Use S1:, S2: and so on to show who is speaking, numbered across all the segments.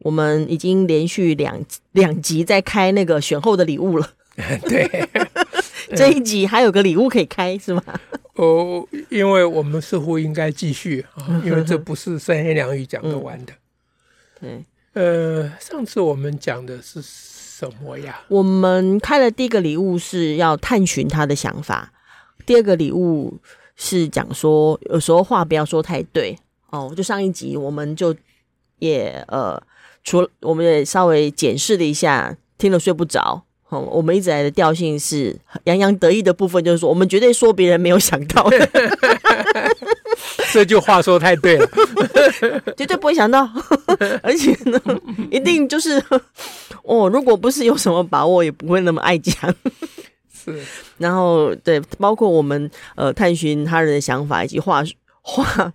S1: 我们已经连续两两集在开那个选后的礼物了，
S2: 对，
S1: 这一集还有个礼物可以开是吗？
S2: 哦，因为我们似乎应该继续啊，因为这不是三言两语讲得完的。
S1: 对，
S2: 呃，上次我们讲的是什么呀？
S1: 我们开了第一个礼物是要探寻他的想法，第二个礼物是讲说有时候话不要说太对哦。就上一集我们就也呃，除了我们也稍微检视了一下，听了睡不着。哦，我们一直来的调性是洋洋得意的部分，就是说我们绝对说别人没有想到的，
S2: 这句话说太对了，
S1: 绝对不会想到，而且呢，一定就是哦，如果不是有什么把握，也不会那么爱讲。
S2: 是
S1: 然后对，包括我们呃探寻他人的想法以及话话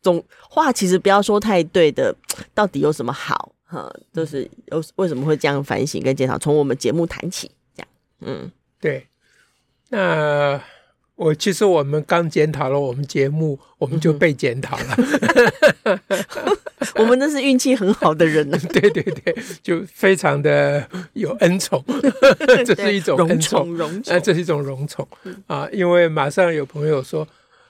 S1: 总话，其实不要说太对的，到底有什么好哈？就是有为什么会这样反省跟检讨，从我们节目谈 起，这样嗯
S2: 对。那我其实我们刚检讨了我们节目，我们就被检讨了。
S1: 我们真是运气很好的人呢、啊
S2: 对对对，就非常的有恩宠，这 是一种
S1: 荣
S2: 恩宠。
S1: 宠荣 宠
S2: 呃，，这是一种荣宠啊，因为马上有朋友说，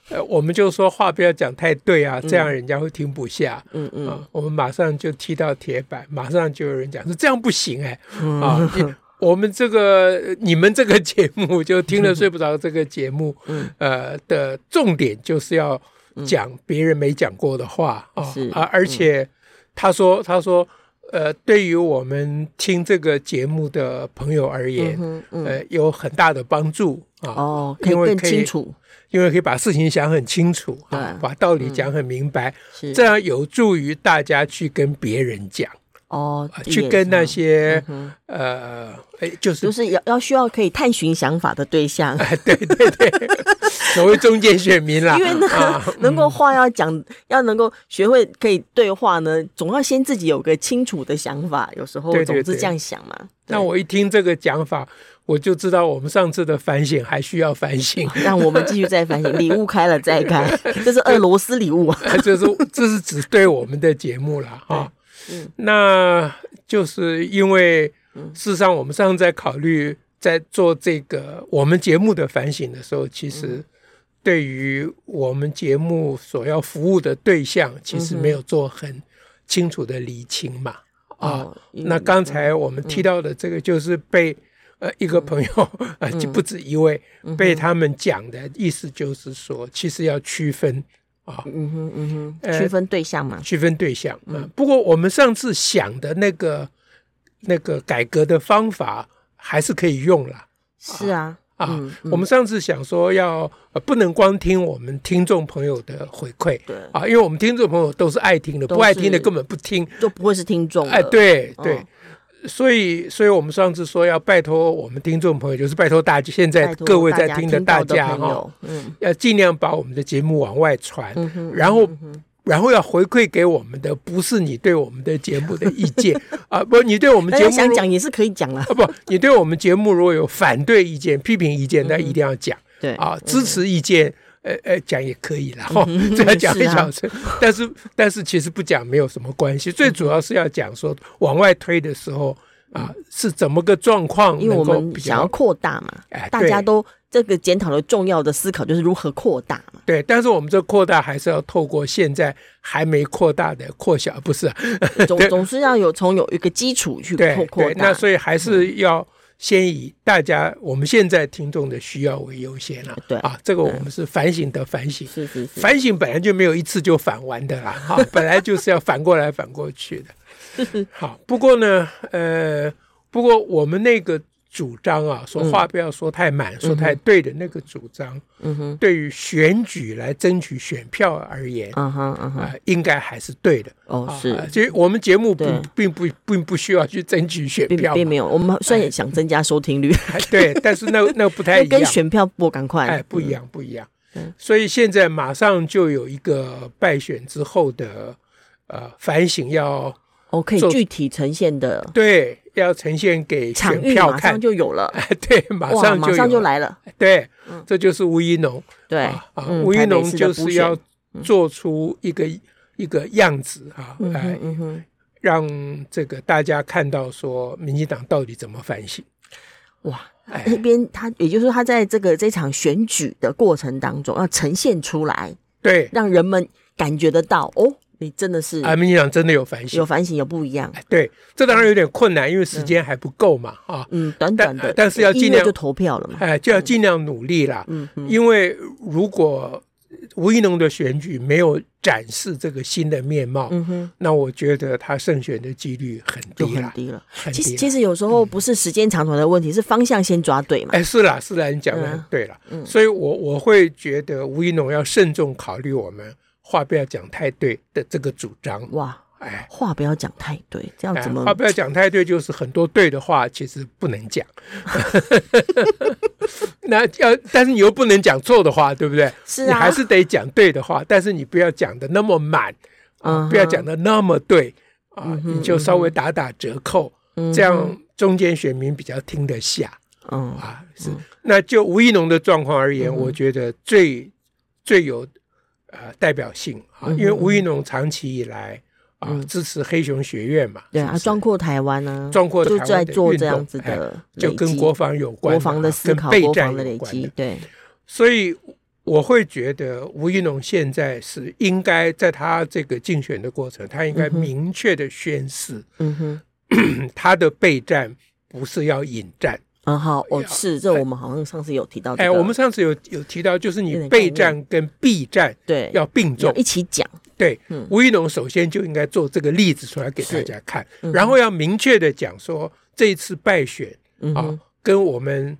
S2: 呃，我们就说话不要讲太对啊，这样人家会听不下
S1: 嗯嗯
S2: 啊。我们马上就踢到铁板，马上就有人讲说这样不行哎
S1: 嗯
S2: 啊。你 我们这个呃你们这个节目就听了睡不着这个节目，
S1: 嗯
S2: 呃的重点就是要讲别人没讲过的话啊
S1: 是嗯
S2: 啊，而且他说他说呃，对于我们听这个节目的朋友而言
S1: 嗯，哼嗯
S2: 呃，有很大的帮助啊。
S1: 哦，可以
S2: 因为
S1: 更
S2: 可以
S1: 清楚
S2: 因为可以把事情想很清楚啊
S1: 对，嗯
S2: 把道理讲很明白，
S1: 是
S2: 这样有助于大家去跟别人讲，
S1: 哦
S2: 啊，去跟那
S1: 也
S2: 些
S1: 是嗯哼
S2: 呃，哎，就是
S1: 就。是要要需要可以探寻想法的对象，
S2: 哎，对对对，所谓中间选 民啦，
S1: 因为呢，
S2: 啊
S1: 能够话要讲，
S2: 嗯
S1: 要能够学会可以对话呢，总要先自己有个清楚的想法。有时候
S2: 对对
S1: 总是
S2: 对
S1: 这样想嘛。
S2: 那我一听这个讲法，我就知道我们上次的反省还需要反省，
S1: 让我们继续再反 省，礼物开了再开，这是俄罗斯礼物 啊。
S2: 就是这是只对我们的节目了哈。
S1: 嗯
S2: 那就是因为事实上我们上次在考虑在做这个我们节目的反省的时候，其实
S1: 嗯
S2: 对于我们节目所要服务的对象，其
S1: 嗯
S2: 实没有做很清楚的厘清嘛。啊，
S1: 哦，嗯因为
S2: 那刚才我们提到的这个就是被。呃，一
S1: 嗯
S2: 个朋友，呃，就不止一位、被他们讲的意思，就是说，其实要区分啊，
S1: 嗯哼嗯哼，
S2: 呃
S1: 区分对象嘛，
S2: 区分对象。嗯，不过我们上次想的那个那个改革的方法还是可以用了
S1: 是啊，
S2: 啊。
S1: 嗯
S2: 我们上次想说要、呃不能光听我们听众朋友的回馈
S1: 对，
S2: 啊，因为我们听众朋友都是爱听的，
S1: 都
S2: 不爱听的
S1: 是
S2: 根本不听。
S1: 就不会是听众了
S2: 哎，，对
S1: 嗯
S2: 对。所以，所以我们上次说要拜托我们听众朋友，就是拜托大家，现在
S1: 拜托
S2: 各位在
S1: 大家
S2: 听的
S1: 听
S2: 大
S1: 到的
S2: 家
S1: 朋
S2: 哈，
S1: 友，嗯
S2: 要呃尽量把我们的节目往外传，
S1: 嗯哼，
S2: 然后，然后要回馈给我们的不是你对我们的节目的意 见啊，不，你对我们
S1: 大
S2: 节
S1: 家
S2: 目
S1: 哎想
S2: 如
S1: 讲也是可以讲 啦，
S2: 啊，不，你对我们节目如果有反对意见、批评意
S1: 嗯
S2: 见，那一定要讲
S1: 对
S2: 啊，支持意见。呃呃，讲也可以啦，哈， 这要讲一
S1: 是啊嗯
S2: 讲是，但是但是其实不讲没有什么关系，最主要是要讲说往外推的时候啊，是怎么个状况
S1: 因为
S2: 能
S1: 我
S2: 够
S1: 们
S2: 比
S1: 想要
S2: 较
S1: 扩大嘛
S2: 哎，
S1: 大家
S2: 对
S1: 都这个检讨的重要的思考就是如何扩大嘛。
S2: 对，但是我们这扩大还是要透过现在还没扩大的扩小，不是啊
S1: 总
S2: 对
S1: 总是要有从有一个基础去
S2: 对
S1: 嗯扩扩大。嗯
S2: 那所以还是要先以大家、我们现在听众的需要为优先啊。
S1: 对
S2: 啊，这个我们是反省的反省，
S1: 是是是，
S2: 反省本来就没有一次就反完的啦，哈、本来就是要反过 来反过去的。好，不过呢，呃，不过我们那个主张啊，说话不要说太满，说太对的那个主张，
S1: 嗯哼，
S2: 对于选举来争取选票而言啊、
S1: 嗯哼，嗯哼，
S2: 应该还是对的。
S1: 哦，
S2: 啊
S1: 是，
S2: 其实我们节目并
S1: 对
S2: 并不并不需要去争取选
S1: 并
S2: 票嘛，
S1: 并没有，我们虽然想增加收听率，
S2: 哎对， 但是那那不太
S1: 但
S2: 一
S1: 跟
S2: 样，
S1: 选票不赶快，
S2: 哎，不一
S1: 嗯，
S2: 样，不一样
S1: 嗯。
S2: 所以现在马上就有一个败选之后的呃反省要，
S1: 哦，可以
S2: 做
S1: 具体呈现的
S2: 对要呈现给
S1: 场
S2: 选
S1: 域
S2: 票
S1: 马
S2: 看
S1: 上，就有了，
S2: 哎， 对，马
S1: 哇，
S2: 上就
S1: 马上
S2: 有
S1: 就
S2: 了，哎
S1: 来了，
S2: 对，这就是吴一农
S1: 对
S2: 啊，，啊
S1: 嗯
S2: 吴一
S1: 台北
S2: 农
S1: 市的
S2: 就
S1: 补
S2: 是
S1: 选
S2: 要做出一个一个样子啊，
S1: 嗯
S2: 哎
S1: 哼，嗯哼，
S2: 让这个大家看到说民进党到底怎么反省。
S1: 哇。
S2: 哎
S1: 那边他，也就是说，他在这个这场选举的过程当中，要呈现出来，
S2: 对
S1: 让人们感觉得到，哦，你真的是
S2: 啊，民进党真的有反省
S1: 有。反省，有不一样。
S2: 哎对，这当然有点困难，因为时间还不够嘛，啊，
S1: 嗯，短短的，
S2: 但但是要
S1: 一
S2: 尽
S1: 月
S2: 量
S1: 就投票了嘛。
S2: 哎，就要尽量努力啦。
S1: 嗯嗯
S2: 因为如果吴一农的选举没有展示这个新的面貌，
S1: 嗯哼，
S2: 那我觉得他胜选的几率很
S1: 就
S2: 低
S1: 很
S2: 啦，
S1: 低了。
S2: 很
S1: 其实
S2: 低
S1: 其
S2: 啦。嗯
S1: 实有时候不是时间长短的问题，是方向先抓对嘛。
S2: 哎，是啦，是啦，你讲的很
S1: 嗯
S2: 对了，所以我我会觉得吴一农要慎重考虑我们话不要讲太对的这个主张，
S1: 哇，
S2: 哎，
S1: 话不要讲太对，这样
S2: 哎
S1: 怎么
S2: 话不要讲太对，就是很多对的话其实不能讲。 那要，但是你又不能讲错的话，对不对？
S1: 是
S2: 你
S1: 啊？
S2: 还是得讲对的话，但是你不要讲的那么满，
S1: 嗯哼
S2: 不要讲的那么对啊，你就稍微打打折扣，这样中间选民比较听得下
S1: 嗯
S2: 啊。是，那就吴一农的状况而言，我觉得最最有呃代表性啊，
S1: 嗯
S2: 因为吴一农长期以来啊支持黑熊学院嘛，
S1: 对
S2: 是
S1: 啊，
S2: 不是
S1: 壮阔台湾呢，
S2: 壮阔台
S1: 就
S2: 湾
S1: 在
S2: 的
S1: 做
S2: 运
S1: 这样
S2: 动
S1: 子
S2: 哎
S1: 的累积，
S2: 就跟国防有
S1: 国
S2: 关的啊，
S1: 防的思
S2: 跟
S1: 考、
S2: 备
S1: 国
S2: 战
S1: 防的
S2: 有
S1: 累
S2: 关
S1: 积，对，
S2: 所以我会觉得吴一农现在是应该在他这个竞选的过程，他应该明确的宣示、
S1: 嗯哼，
S2: 他的备战不是要引战。
S1: 嗯好，哦
S2: 哎呀
S1: 是，这我们好像上次有提到这
S2: 哎，
S1: 个
S2: 我们上次有有提到，就是
S1: 有
S2: 你
S1: 点概
S2: 备
S1: 念
S2: 战跟避战
S1: 对
S2: 要并重
S1: 要。一起讲，
S2: 对
S1: 嗯，
S2: 吴一农首先就应该做这个例子出来给大
S1: 是
S2: 家看，然后要明确的讲说这一次败选
S1: 嗯
S2: 啊
S1: 哼，，
S2: 跟我们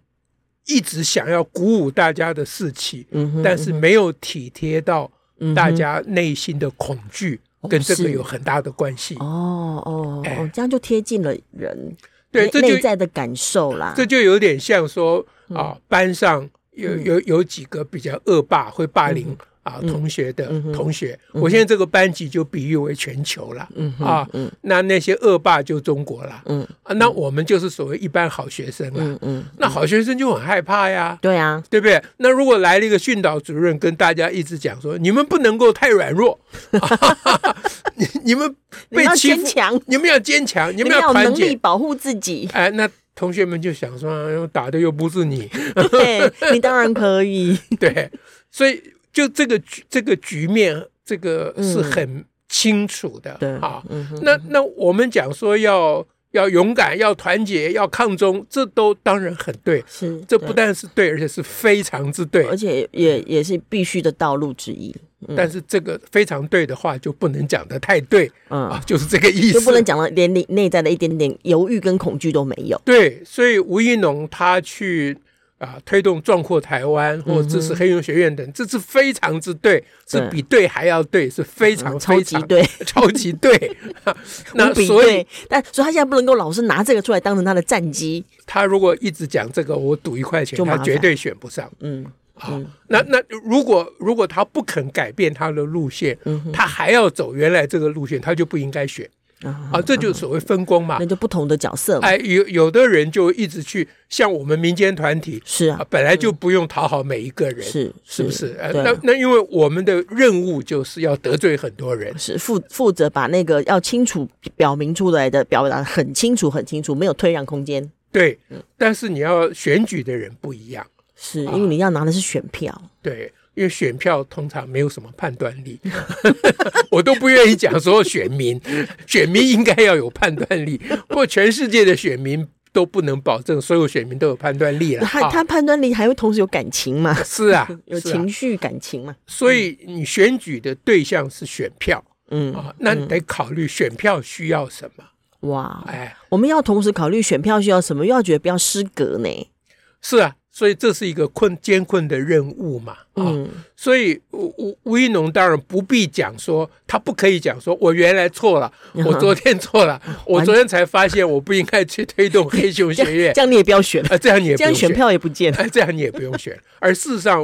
S2: 一直想要鼓舞大家的士气，
S1: 嗯哼，
S2: 但是没有体贴到
S1: 嗯哼哦
S2: 大家内心的恐惧，跟这个
S1: 是
S2: 有很大的关系。
S1: 哦哦
S2: 哎
S1: 哦，这样就贴近了人，
S2: 对
S1: 内
S2: 这就
S1: 内在的感受啦，
S2: 这就有点像说
S1: 嗯
S2: 啊，班上有有有几个比较恶霸，会霸
S1: 嗯
S2: 凌啊同学的同学。我现在这个班级就比喻为全球了
S1: 嗯哼
S2: 啊，
S1: 嗯
S2: 那那些恶霸就中国了
S1: 嗯
S2: 啊，那我们就是所谓一般好学生了
S1: 嗯。嗯，
S2: 那好学生就很害怕呀。
S1: 对啊，
S2: 对不对？那如果来了一个训导主任，跟大家一直讲说，你们不能够太 软弱，你你们
S1: 你们
S2: 被
S1: 要
S2: 欺
S1: 坚
S2: 负，
S1: 强，
S2: 你们要坚强，你
S1: 你
S2: 们
S1: 们
S2: 要
S1: 要有
S2: 团
S1: 能力
S2: 结。
S1: 保护自 己，
S2: 哎，那同学们就想说，哎打的又不是你，
S1: 对你当然可以，
S2: 对，所以就这个局这个局面，这个是很清楚的、
S1: 嗯对
S2: 啊。
S1: 嗯哼，
S2: 那那我们讲说要要勇敢，要团结，要抗中，这都当然很对，
S1: 是
S2: 这不
S1: 对
S2: 但是对，而且是非常之对。
S1: 而且也也是必须的道路之一，
S2: 但是这个非常对的话，就不能讲的太对
S1: 嗯
S2: 啊，，就是这个意
S1: 就不能
S2: 思。
S1: 讲了，连你内在的一点点犹豫跟恐惧都没有，
S2: 对，所以吴一农他去。啊，推动壮阔台湾或支持黑熊学院等，这是非常之对，是
S1: 嗯对
S2: 比对还要对，是非常
S1: 嗯超
S2: 非
S1: 级
S2: 常
S1: 对，
S2: 超级对。 那
S1: 无比
S2: 所以
S1: 对，但所以他现在不能够老是拿这个出来当成他的战机，
S2: 他如果一直讲这个，我赌一块钱
S1: 就，麻
S2: 他
S1: 烦
S2: 绝对选不上。
S1: 嗯，
S2: 啊、那那如果如果他不肯改变他的路线，
S1: 嗯
S2: 他还要走原来这个路线，他就不应该选
S1: 啊
S2: 啊。这就是所谓分工嘛
S1: 那。就不同的角色嘛，
S2: 哎，有有的人就一直去像我们民间团体
S1: 是
S2: 啊
S1: 啊，，
S2: 本来就不用讨好每一个人，
S1: 是
S2: 是不是？呃
S1: 对啊
S2: 那那因为我们的任务就是要得罪很多人，
S1: 是负负责把那个要清楚表明出来的表达很清楚很清楚，没有退让空间。
S2: 对。
S1: 嗯
S2: 但是你要选举的人不一样。
S1: 是因为你要拿的是选票，
S2: 对，因为选票通常没有什么判断力， 我都不愿意讲说选民，选民应该要有判断力，不过全世界的选民都不能保证所有选民都有判断力了。
S1: 他他
S2: 啊
S1: 判断力还会同时有感情嘛，
S2: 是啊，
S1: 有
S2: 是啊
S1: 情绪感情嘛，
S2: 所以你选举的对象是选票
S1: 嗯，
S2: 啊啊，那你得考虑选票需要什么
S1: 哇，
S2: 哎，
S1: 我们要同时考虑选票需要什么，又要觉得不要失格呢。
S2: 是啊，所以这是一个困艰困的任务嘛，啊、
S1: 嗯，
S2: 所以吴吴吴一农当然不必讲说，他不可以讲说，我原来错了，
S1: 嗯
S2: 我昨天 错了，我昨天才发现我不应该去推动黑熊学 院
S1: 这样你也不要选，
S2: 啊，这样你也不
S1: 这样
S2: 用
S1: 选
S2: 选，
S1: 票也不见了
S2: 哎，这样你也不用选。而事实上，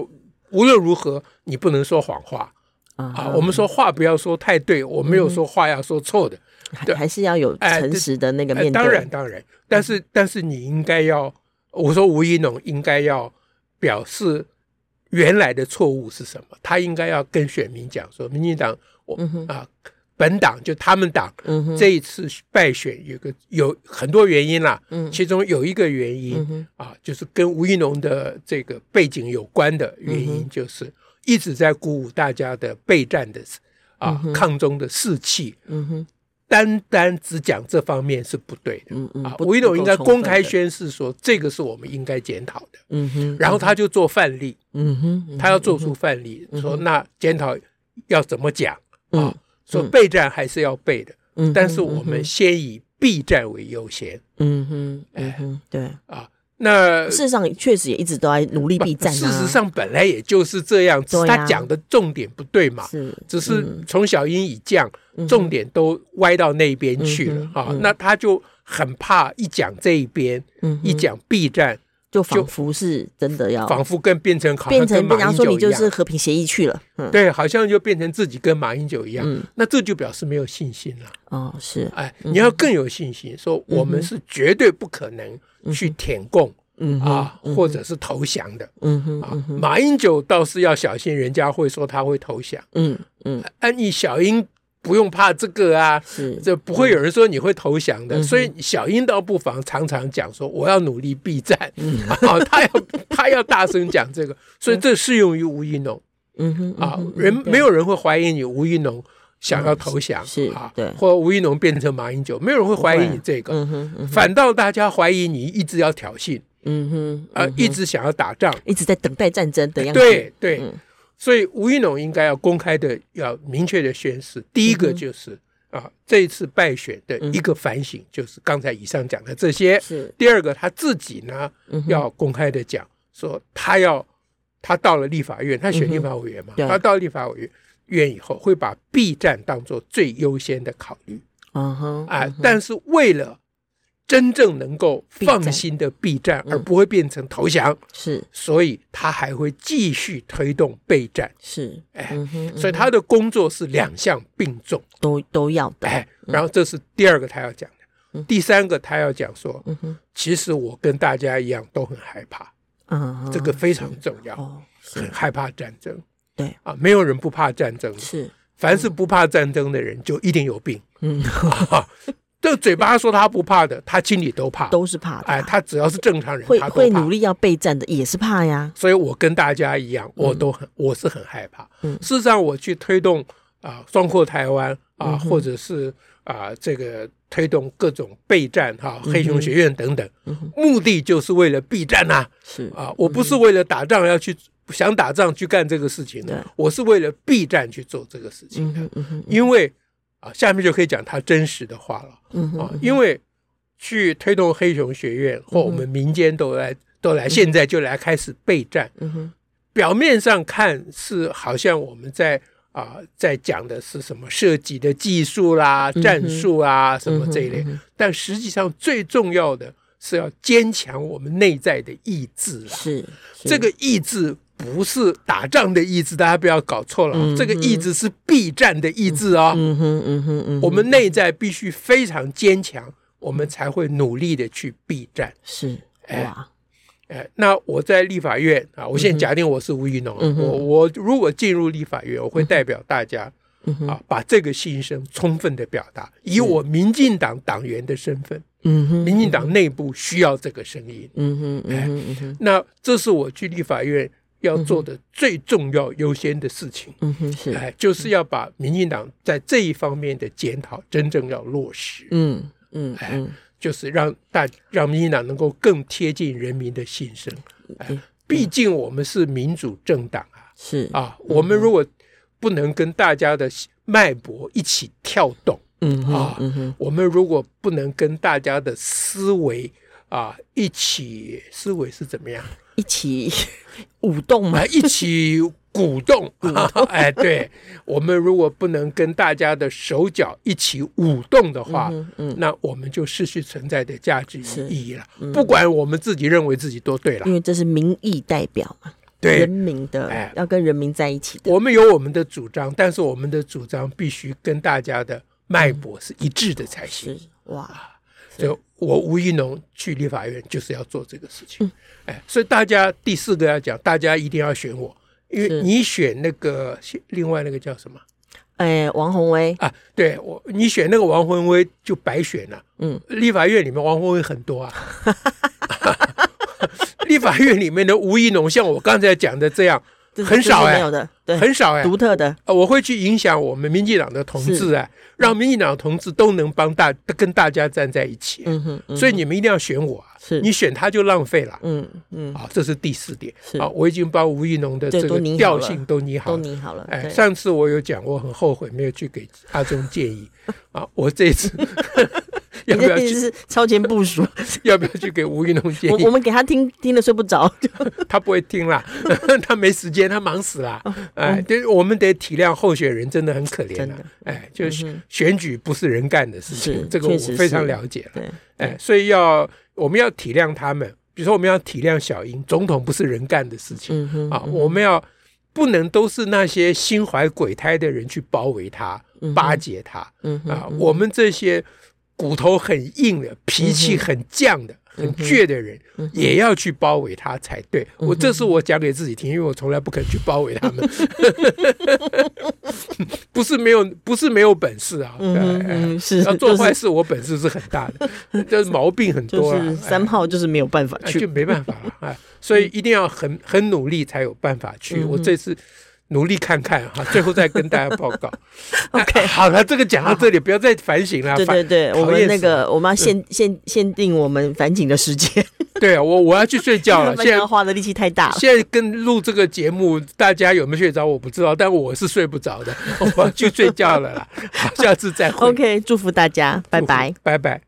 S2: 无论如何，你不能说谎话啊。我们说话不要说太对，我没有说话要说错的。
S1: 还
S2: 对
S1: 还是要有
S2: 哎
S1: 诚
S2: 这
S1: 实的那个
S2: 哎，
S1: 面对。嗯
S2: 当然，当然，但是但是你应该要，我说吴一农应该要表示原来的错误是什么，他应该要跟选民讲说，民进党我啊、本党就他们党、
S1: 嗯哼，
S2: 这一次败选有个有很多原因啦，
S1: 嗯
S2: 其中有一个原因、
S1: 嗯哼
S2: 啊，就是跟吴一农的这个背景有关的原
S1: 嗯
S2: 因，就是一直在鼓舞大家的备战的啊、抗中的士气，
S1: 嗯哼
S2: 单单只讲这方面是不对的。
S1: 嗯嗯
S2: 啊，
S1: 不
S2: 吴一
S1: 不
S2: 农
S1: 够
S2: 应该
S1: 充
S2: 公
S1: 分
S2: 开
S1: 的
S2: 宣誓说，这个是我们应该检讨的。
S1: 嗯哼
S2: 然后他就做范例，
S1: 嗯哼嗯哼
S2: 他要做出范例，说那检讨要怎么讲
S1: 嗯
S2: 啊？说备战还是要备的，
S1: 嗯
S2: 但
S1: 哼
S2: 是我们先以避战为优先
S1: 嗯哼
S2: 哎
S1: 嗯哼对，
S2: 啊。那
S1: 事实上确实也一直都在努力避战啊。
S2: 事实上本来也就是这样，只是
S1: 对啊
S2: 他讲的重点不对嘛，
S1: 是嗯
S2: 只是从小鹰以降，重点都歪到那边去了
S1: 嗯哼
S2: 啊。那他就很怕一讲这一边，
S1: 嗯哼
S2: 一讲避战。
S1: 就仿佛是真的要
S2: 仿佛跟变成好像
S1: 变成
S2: 跟马
S1: 被
S2: 英
S1: 人家
S2: 九
S1: 说你就
S2: 一样
S1: 是和平协议去了。嗯
S2: 对，好像就变成自己跟马英九一样，
S1: 嗯
S2: 那这就表示没有信心了。
S1: 哦是
S2: 哎，你要更有信心，说我们是绝对不可能去舔共、
S1: 嗯哼
S2: 啊，或者是投降的
S1: 嗯哼
S2: 啊。马英九倒是要小心，人家会说他会投降。
S1: 嗯嗯
S2: 哎、啊，你小英不用怕这个啊。
S1: 是嗯
S2: 这不会有人说你会投降的，所以小英倒不妨常常讲说我要努力避战，
S1: 嗯
S2: 啊，他要他要大声讲这个，所以这适用于吴一农，
S1: 嗯哼
S2: 啊
S1: 嗯，哼
S2: 人
S1: 对嗯
S2: 没有人会怀疑你吴一农想要投降，
S1: 是
S2: 啊，
S1: 对
S2: 或吴一农变成马英九，没有人会怀疑你这个，
S1: 嗯哼嗯
S2: 反倒大家怀疑你一直要挑衅，
S1: 嗯哼
S2: 啊，一直想要打仗，
S1: 一直在等待战争的样子。
S2: 对对
S1: 嗯，
S2: 所以吴一农应该要公开的、要明确的宣誓，第一
S1: 嗯
S2: 个就是啊，这一次败选的一个反省，就是刚才以上讲的这些，
S1: 是
S2: 第二个他自己呢
S1: 嗯哼
S2: 要公开的讲说他要他到了立法院，他选立法委员嘛，
S1: 嗯对
S2: 他到立法委院以后会把避战当做最优先的考虑
S1: 嗯哼
S2: 啊、但是为了真正能够
S1: 避战
S2: 放心的避战，
S1: 嗯
S2: 而不会变成投降，
S1: 是
S2: 所以他还会继续推动备战。
S1: 是
S2: 哎
S1: 嗯哼
S2: 所以他的工作是两项并重，
S1: 都都要的。嗯
S2: 哎，然后这是第二个他要讲的，第三个他要讲说，
S1: 嗯哼
S2: 其实我跟大家一样都很害怕，
S1: 嗯哼
S2: 这个非常重要，
S1: 哦是
S2: 很害怕战争。
S1: 对
S2: 啊，没有人不怕战争的，
S1: 是
S2: 凡是不怕战争的人就一定有病。啊
S1: 嗯
S2: 这嘴巴说他不怕的，他心里都怕。
S1: 都是怕的
S2: 哎，
S1: 啊。
S2: 他只要是正常人，
S1: 会
S2: 他都
S1: 会
S2: 怕
S1: 努。力要备战的也是怕呀。
S2: 所以我跟大家一样，我都很，我是很害怕。
S1: 嗯
S2: 事实上，我去推动啊，双扩台湾
S1: 嗯
S2: 啊，或者是啊，这个推动各种备战哈，
S1: 嗯
S2: 黑熊学院等等，目的就是为了避战呐、
S1: 是
S2: 啊，我不是为了打仗要去想打仗去干这个事情的
S1: 对，
S2: 我是为了避战去做这个事情
S1: 嗯
S2: 的
S1: 哼，嗯哼
S2: 因为啊，下面就可以讲他真实的话了
S1: 嗯哼嗯
S2: 啊，因为去推动黑熊学院或我们民间都来都来，现在就来开始备战，
S1: 嗯哼
S2: 表面上看是好像我们在啊、在讲的是什么射击的技术啦、
S1: 嗯
S2: 战术啊什么这一类，但实际上最重要的是要坚强我们内在的意志啦。
S1: 是是
S2: 这个意志不是打仗的意志，大家不要搞错了啊、
S1: 嗯
S2: 这个意志是避战的意志啊、
S1: 嗯哼嗯哼嗯哼
S2: 我们内在必须非常坚强，我们才会努力的去避战。
S1: 是
S2: 哎
S1: 哇
S2: 哎，那我在立法院啊，我现在假定我是吴怡农啊，
S1: 嗯嗯哼
S2: 我我如果进入立法院，我会代表大家、
S1: 嗯哼
S2: 啊，把这个心声充分的表达，以我民进党党员的身份，
S1: 嗯哼
S2: 民进党内部需要这个声音。
S1: 嗯哼嗯哼嗯哼
S2: 那这是我去立法院要做的最重要优先的事情，
S1: 嗯哼是
S2: 哎，就是要把民进党在这一方面的检讨真正要落实，
S1: 嗯嗯嗯
S2: 就是让大让民进党能够更贴近人民的心声。哎
S1: 嗯，
S2: 毕竟我们是民主政党啊，
S1: 是
S2: 啊，我们如果不能跟大家的脉搏一起跳动，
S1: 嗯哼
S2: 啊
S1: 嗯哼，
S2: 我们如果不能跟大家的思维啊一起，思维是怎么样？
S1: 一起舞动嘛
S2: 啊，，一起鼓 动， 哎，对，我们如果不能跟大家的手脚一起舞动的话，
S1: 嗯嗯，
S2: 那我们就失去存在的价值
S1: 是嗯
S2: 与意义了。不管我们自己认为自己多对了
S1: 因，为这是民意代表嘛，人
S2: 对，
S1: 民的
S2: 哎
S1: 要跟人民在一起的，
S2: 我们有我们的主张，但是我们的主张必须跟大家的脉搏是一致的才行。
S1: 嗯是哇，
S2: 所以我吴一农去立法院就是要做这个事
S1: 嗯
S2: 情。哎，所以大家第四个要讲，大家一定要选我，因
S1: 是
S2: 为你选那个另外那个叫什么？
S1: 哎，王宏威，
S2: 啊，对我，你选那个王宏威就白选了。
S1: 嗯，
S2: 立法院里面王宏威很多啊。 立法院里面的吴一农，像我刚才讲的这样，
S1: 这是
S2: 很少
S1: 这是
S2: 哎
S1: 没有的，对，
S2: 很少哎、
S1: 独特的，
S2: 啊我会去影响我们民进党的同志啊，让民进党同志都能帮大跟大家站在一起。
S1: 嗯哼，嗯
S2: 所以你们一定要选我啊，
S1: 是
S2: 你选他就浪费了。
S1: 嗯嗯，
S2: 啊，这是第四点
S1: 是。
S2: 啊，我已经把吴一农的
S1: 对
S2: 这
S1: 都
S2: 个
S1: 拟好
S2: 调
S1: 了
S2: 性都拟好
S1: 都
S2: 了。
S1: 你好了，
S2: 哎，
S1: 对
S2: 上次我有讲，我很后悔没有去给阿忠建 议啊。我这一次 要
S1: 你
S2: 不要
S1: 的意思
S2: 去？
S1: 是超前部署？
S2: 要不要去给吴一农建
S1: 我
S2: 议
S1: 我？们给他听听了睡不 着，
S2: 他不会听啦， 他没时间，他忙死啦。哎，对，我们得体谅候选人，真的很可怜
S1: 哦真
S2: 啊
S1: 的。
S2: 哎，就是
S1: 嗯
S2: 选举不是人干的事
S1: 是
S2: 情，这个
S1: 确
S2: 我
S1: 实
S2: 非常
S1: 是
S2: 了解了。
S1: 对，
S2: 哎，所以要我们要体谅他们，比如说我们要体谅小英，总统不是人干的事情。
S1: 嗯哼
S2: 啊，我们要不能都是那些心怀鬼胎的人去包围他、巴结他
S1: 嗯哼
S2: 啊。我们这些骨头很硬的、脾气很犟
S1: 嗯
S2: 的、很倔的人，也要去包围他才对。
S1: 嗯
S2: 我这是我讲给自己听，因为我从来不肯去包围他们， 不是没有，不是没有本事啊。
S1: 嗯哼
S2: 哎哎
S1: 嗯是
S2: 要做
S1: 就是
S2: 坏事，我本事是很大 的，这毛病很
S1: 就
S2: 多啊
S1: 是。
S2: 哎
S1: 三号就是没有办法
S2: 哎
S1: 去嗯
S2: 就没 办法了啊、哎所以一定要很很努力才有办法去。我这次努力看看哈、最后再跟大家报 告。哎好了，这个讲到这里，不要再反省了。
S1: 对对
S2: 反
S1: 对，
S2: 讨
S1: 我们
S2: 厌
S1: 那
S2: 死了嗯
S1: 个我们要限限限定我们反省的时间，
S2: 对啊，我我要去睡觉 了。
S1: 不
S2: 现
S1: 然
S2: 在
S1: 花的力气太大了。
S2: 现在跟录这个节目，大家有没有睡着我不知道，但我是睡不 着的，我要去睡觉了啦。好，下次再会。
S1: OK，祝福大家，拜拜。
S2: 拜拜。